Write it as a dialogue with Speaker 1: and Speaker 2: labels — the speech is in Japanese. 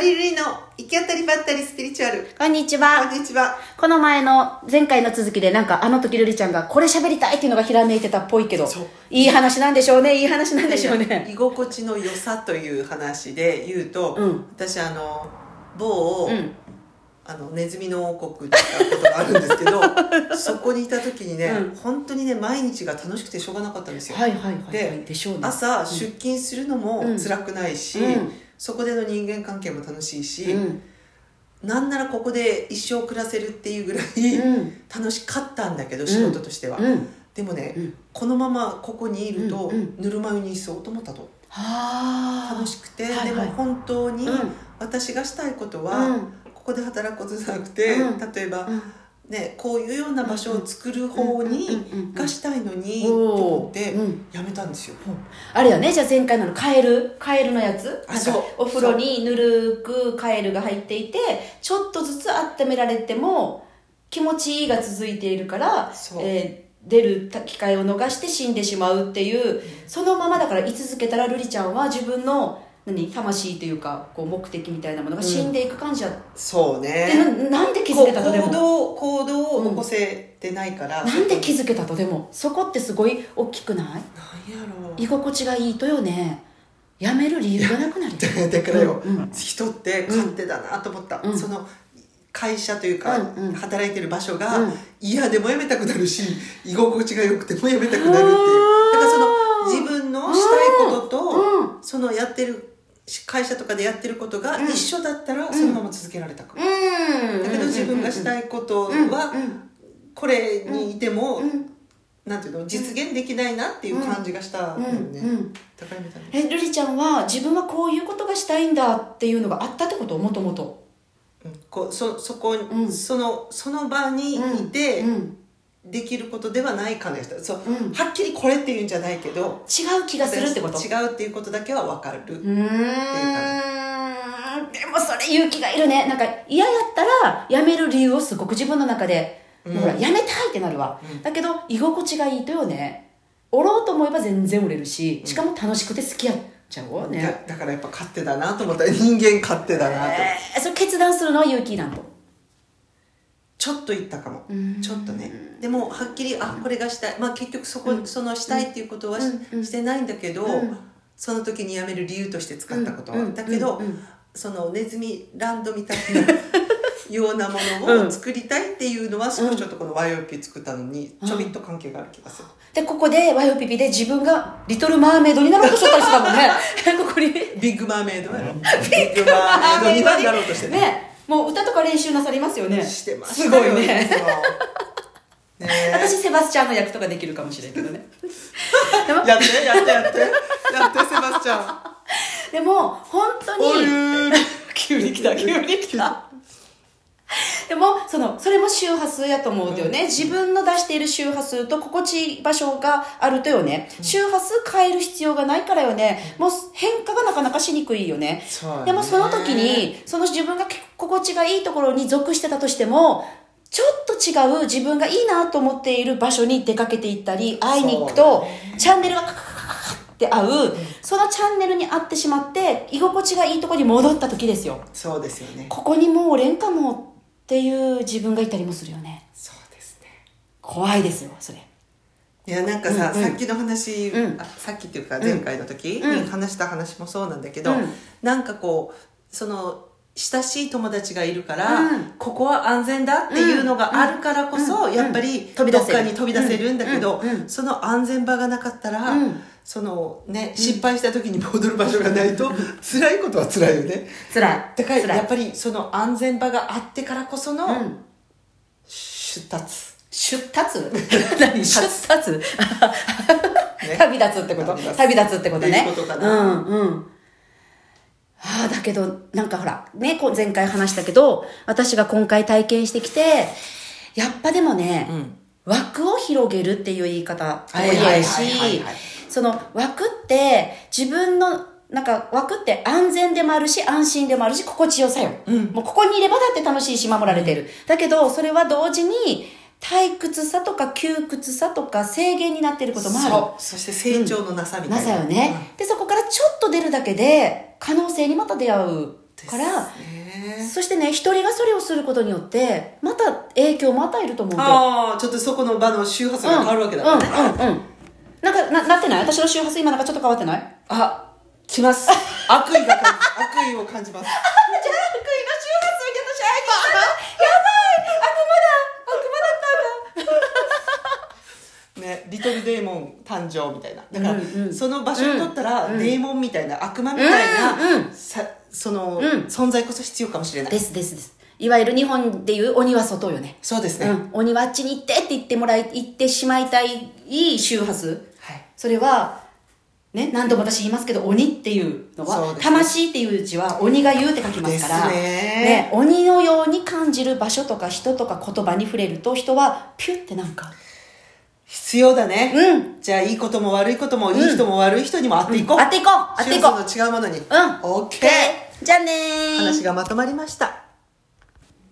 Speaker 1: リルリの行き当たりばったりスピリチュアル。
Speaker 2: こんにち
Speaker 1: こ
Speaker 2: は
Speaker 1: ん。にちは。
Speaker 2: この前の、前回の続きでなんかあの時ルリちゃんがこれ喋りたいっていうのがひらめいてたっぽいけど
Speaker 1: そう、
Speaker 2: いい話なんでしょうね、いい話なんでしょうね。
Speaker 1: 居心地の良さという話で言うと、
Speaker 2: うん
Speaker 1: 私あの某、
Speaker 2: うん。
Speaker 1: あのネズミの王国っていうことがあるんですけ どそこにいた時にね、
Speaker 2: うん
Speaker 1: 本当にね毎日が楽しくてしょうがなかったんですよ、
Speaker 2: はいはいはい。
Speaker 1: で
Speaker 2: でしょうね。
Speaker 1: 朝、出勤するのも辛くないし、
Speaker 2: うん
Speaker 1: そこでの人間関係も楽しいし、
Speaker 2: うん。
Speaker 1: なんならここで一生暮らせるっていうぐら
Speaker 2: う
Speaker 1: い
Speaker 2: ん。
Speaker 1: 楽しかったんだけど、仕事としては、
Speaker 2: うん。
Speaker 1: でもね、
Speaker 2: うん
Speaker 1: このままここにいると、
Speaker 2: うんうん
Speaker 1: ぬるま湯にいそうと思ったと
Speaker 2: はあ。
Speaker 1: 楽しくて、
Speaker 2: はいはい
Speaker 1: でも本当に
Speaker 2: うん
Speaker 1: 私がしたいことは、
Speaker 2: うん
Speaker 1: ここで働くことじゃなくて、
Speaker 2: うん
Speaker 1: 例えば、
Speaker 2: うん
Speaker 1: ね、こういうような場所を作る方
Speaker 2: うんうんうんう
Speaker 1: に
Speaker 2: ん
Speaker 1: がしたいのにと思
Speaker 2: おー
Speaker 1: って
Speaker 2: うん
Speaker 1: やめたんですよ。
Speaker 2: あれよねじゃあ前回のあのカエルカエルのやつ
Speaker 1: あ
Speaker 2: なんか
Speaker 1: そう
Speaker 2: お風呂にぬるくカエルが入っていてちょっとずつ温められても気持ちいいが続いているから
Speaker 1: そう、
Speaker 2: えー出る機会を逃して死んでしまうっていうそのままだから居続けたらルリちゃんは自分の何魂というかこう目的みたいなものが死んでいく感じやって、
Speaker 1: そう
Speaker 2: な
Speaker 1: ね。
Speaker 2: なんで気づ
Speaker 1: こ
Speaker 2: け
Speaker 1: う
Speaker 2: たので
Speaker 1: 行
Speaker 2: も
Speaker 1: 動行動を起こせてないから、
Speaker 2: なんで気
Speaker 1: づ
Speaker 2: づけたとでもそこってすごい大きくない
Speaker 1: なんやろう
Speaker 2: 居心地がいいとよねやめる理由がなくなるよ
Speaker 1: だだからよ、
Speaker 2: うんうん
Speaker 1: 人って勝手だなと思った、
Speaker 2: うん
Speaker 1: その会社というか、
Speaker 2: うんうん
Speaker 1: 働いてる場所が、
Speaker 2: うん
Speaker 1: いやでも辞めたくなるし居心地が良くても辞めたくなるっていうだからその自分のしたいことと、
Speaker 2: う
Speaker 1: そのやってる会社とかでやってることが
Speaker 2: うん
Speaker 1: 一緒だったら、そのまま続けられたかも、
Speaker 2: うん
Speaker 1: だけど自分がした
Speaker 2: い
Speaker 1: いこと
Speaker 2: うんう
Speaker 1: は
Speaker 2: ん
Speaker 1: これにいても、
Speaker 2: うん
Speaker 1: なんていうの実現できないなっていう感じがしたんだよね、
Speaker 2: うんうん
Speaker 1: だからみたいな
Speaker 2: えルリちゃんは自分はこういうことがしたいんだっていうのがあったってこともともと
Speaker 1: うんこうそそこ、
Speaker 2: ん
Speaker 1: そのその場にいて、
Speaker 2: うんうん
Speaker 1: できることではない感じがしたそう、
Speaker 2: うん
Speaker 1: はっきりこれっていうんじゃないけど
Speaker 2: 違う気がするってこと
Speaker 1: 違うっていうことだけは分かる、
Speaker 2: うーんでもそれ勇気がいるねなんか嫌やったら辞める理由をすごく自分の中で、もうほら辞めたいってなるわ、だけど居心地がいいとよねおろうと思えば全然売れるししかも楽しくて好きやっちゃうわね、
Speaker 1: だだからやっぱ勝手だなと思った人間勝手だなと、
Speaker 2: えーそれ決断するのは勇気なんと
Speaker 1: ちょっと言ったかも、ちょっとねでもはっきりあこれがしたい、まあ、結局そこ、そのしたいっていうことはし,、してないんだけど、その時に辞める理由として使ったことは、
Speaker 2: うんうん
Speaker 1: だけど、
Speaker 2: うんうん
Speaker 1: そのネズミランドみたい なようなものを
Speaker 2: うん
Speaker 1: 作りたいっていうのは少しちょっとこの YOP 作ったのにちょびっと関係がある気がする、
Speaker 2: でここでワイオピピで自分がリトルマーメイドになろうとしとったりしてたもんね ここに
Speaker 1: ビッグマーメイドや ろビッグマーメイドにはなろうとしてね
Speaker 2: ねもう歌とか練習なさりますよね
Speaker 1: してます
Speaker 2: すごいね
Speaker 1: ね
Speaker 2: 私セバスチャンの役とかできるかもしれんけ どねでも
Speaker 1: やってやってやってやってセバスチャン
Speaker 2: でも本当
Speaker 1: おゆ
Speaker 2: に
Speaker 1: ー
Speaker 2: 急に来た急に来たでもそのそれも周波数やと思うとよね、自分の出している周波数と心地いい場所があるとよね、周波数変える必要がないからよねもう変化がなかなかしにくいよね
Speaker 1: そうだね
Speaker 2: でもその時にその自分が心地がいいところに属してたとしてもちょっと違う自分がいいなと思っている場所に出かけていったり会いに行く
Speaker 1: そう
Speaker 2: と、チャンネルがカカカカカって合う、そのチャンネルに合ってしまって居心地がいいところに戻った時ですよ
Speaker 1: そうですよね
Speaker 2: ここにもうおれんかもっていう自分がいたりもするよね
Speaker 1: そうですね
Speaker 2: 怖いですよそれ
Speaker 1: いやなんかさ、
Speaker 2: うんうん
Speaker 1: さっきの話、
Speaker 2: うん
Speaker 1: あさっきっていうか前回の時
Speaker 2: うん
Speaker 1: に話した話もそうなんだけど、
Speaker 2: うん
Speaker 1: なんかこうその親しい友達がいるから、
Speaker 2: うん
Speaker 1: ここは安全だっていうのがあるからこそ、
Speaker 2: うんうん
Speaker 1: やっぱり
Speaker 2: 飛び
Speaker 1: ど
Speaker 2: 出
Speaker 1: っ
Speaker 2: せる
Speaker 1: かに飛び出せるんだけど、
Speaker 2: うんうんうん
Speaker 1: その安全場がなかったら、
Speaker 2: うん
Speaker 1: そのね失敗した時に戻る場所がないと、辛いことは辛いよね。
Speaker 2: 辛い
Speaker 1: だから
Speaker 2: 辛い
Speaker 1: やっぱりその安全場があってからこその
Speaker 2: うん
Speaker 1: 出立。
Speaker 2: 出立何 出立旅立つってこと
Speaker 1: 旅立つ
Speaker 2: 旅立つってことね。
Speaker 1: っていうことかな
Speaker 2: うんうん。ああ、だけど、なんかほら、ね、こう前回話したけど、私が今回体験してきて、やっぱでもね、
Speaker 1: ん
Speaker 2: 枠を広げるっていう言い方も
Speaker 1: はいはい
Speaker 2: 嫌
Speaker 1: はいはい
Speaker 2: いし、その枠って自分の、なんか枠って安全でもあるし、安心でもあるし、心地よさよ。もうここにいればだって楽しいし、守られてる。だけど、それは同時に、退屈さとか窮屈さとか制限になってることもある。
Speaker 1: そうそして成長のなさみた
Speaker 2: ないさ
Speaker 1: な、
Speaker 2: よね、でそこからちょっと出るだけで可能性にまた出会う
Speaker 1: です
Speaker 2: から
Speaker 1: ね
Speaker 2: そしてね一人がそれをすることによってまた影響も与えると思うんだよ
Speaker 1: ああちょっとそこの場の周波数が変わるわけだからね、
Speaker 2: うんうんうんうんなんかななってない私の周波数今なんかちょっと変わってないじゃ
Speaker 1: あ来ます 悪意が感じ悪意を感じます
Speaker 2: あ悪意の周波数に私会いに行ったのやばい悪魔だ悪魔だったんだ
Speaker 1: ね、リトルデーモン誕生みたいなだから、
Speaker 2: うんうん
Speaker 1: その場所を取ったら、
Speaker 2: うんうん
Speaker 1: デーモンみたいな悪魔みたいな、
Speaker 2: うんうん
Speaker 1: さその、
Speaker 2: ん
Speaker 1: 存在こそ必要かもしれない
Speaker 2: ですですですいわゆる日本でいう鬼は外よね
Speaker 1: そうですね、
Speaker 2: うん、鬼はあっちに行ってって言ってもらい行ってしまいたいいい周波数
Speaker 1: はい
Speaker 2: それはね何度も私言いますけど鬼っていうの
Speaker 1: そう
Speaker 2: は
Speaker 1: です
Speaker 2: 魂っていう字は鬼が言うって書きますから
Speaker 1: ですね
Speaker 2: 鬼のように感じる場所とか人とか言葉に触れると人はピュってなんか
Speaker 1: 必要だね、
Speaker 2: う
Speaker 1: じゃあいいことも悪いことも、いい人も悪い人にも会っていこう、
Speaker 2: 当ていこう当ていこう
Speaker 1: 周波数の違うものに、
Speaker 2: うん
Speaker 1: オッケ
Speaker 2: でじゃあね
Speaker 1: ー
Speaker 2: ー
Speaker 1: 話がまとまりました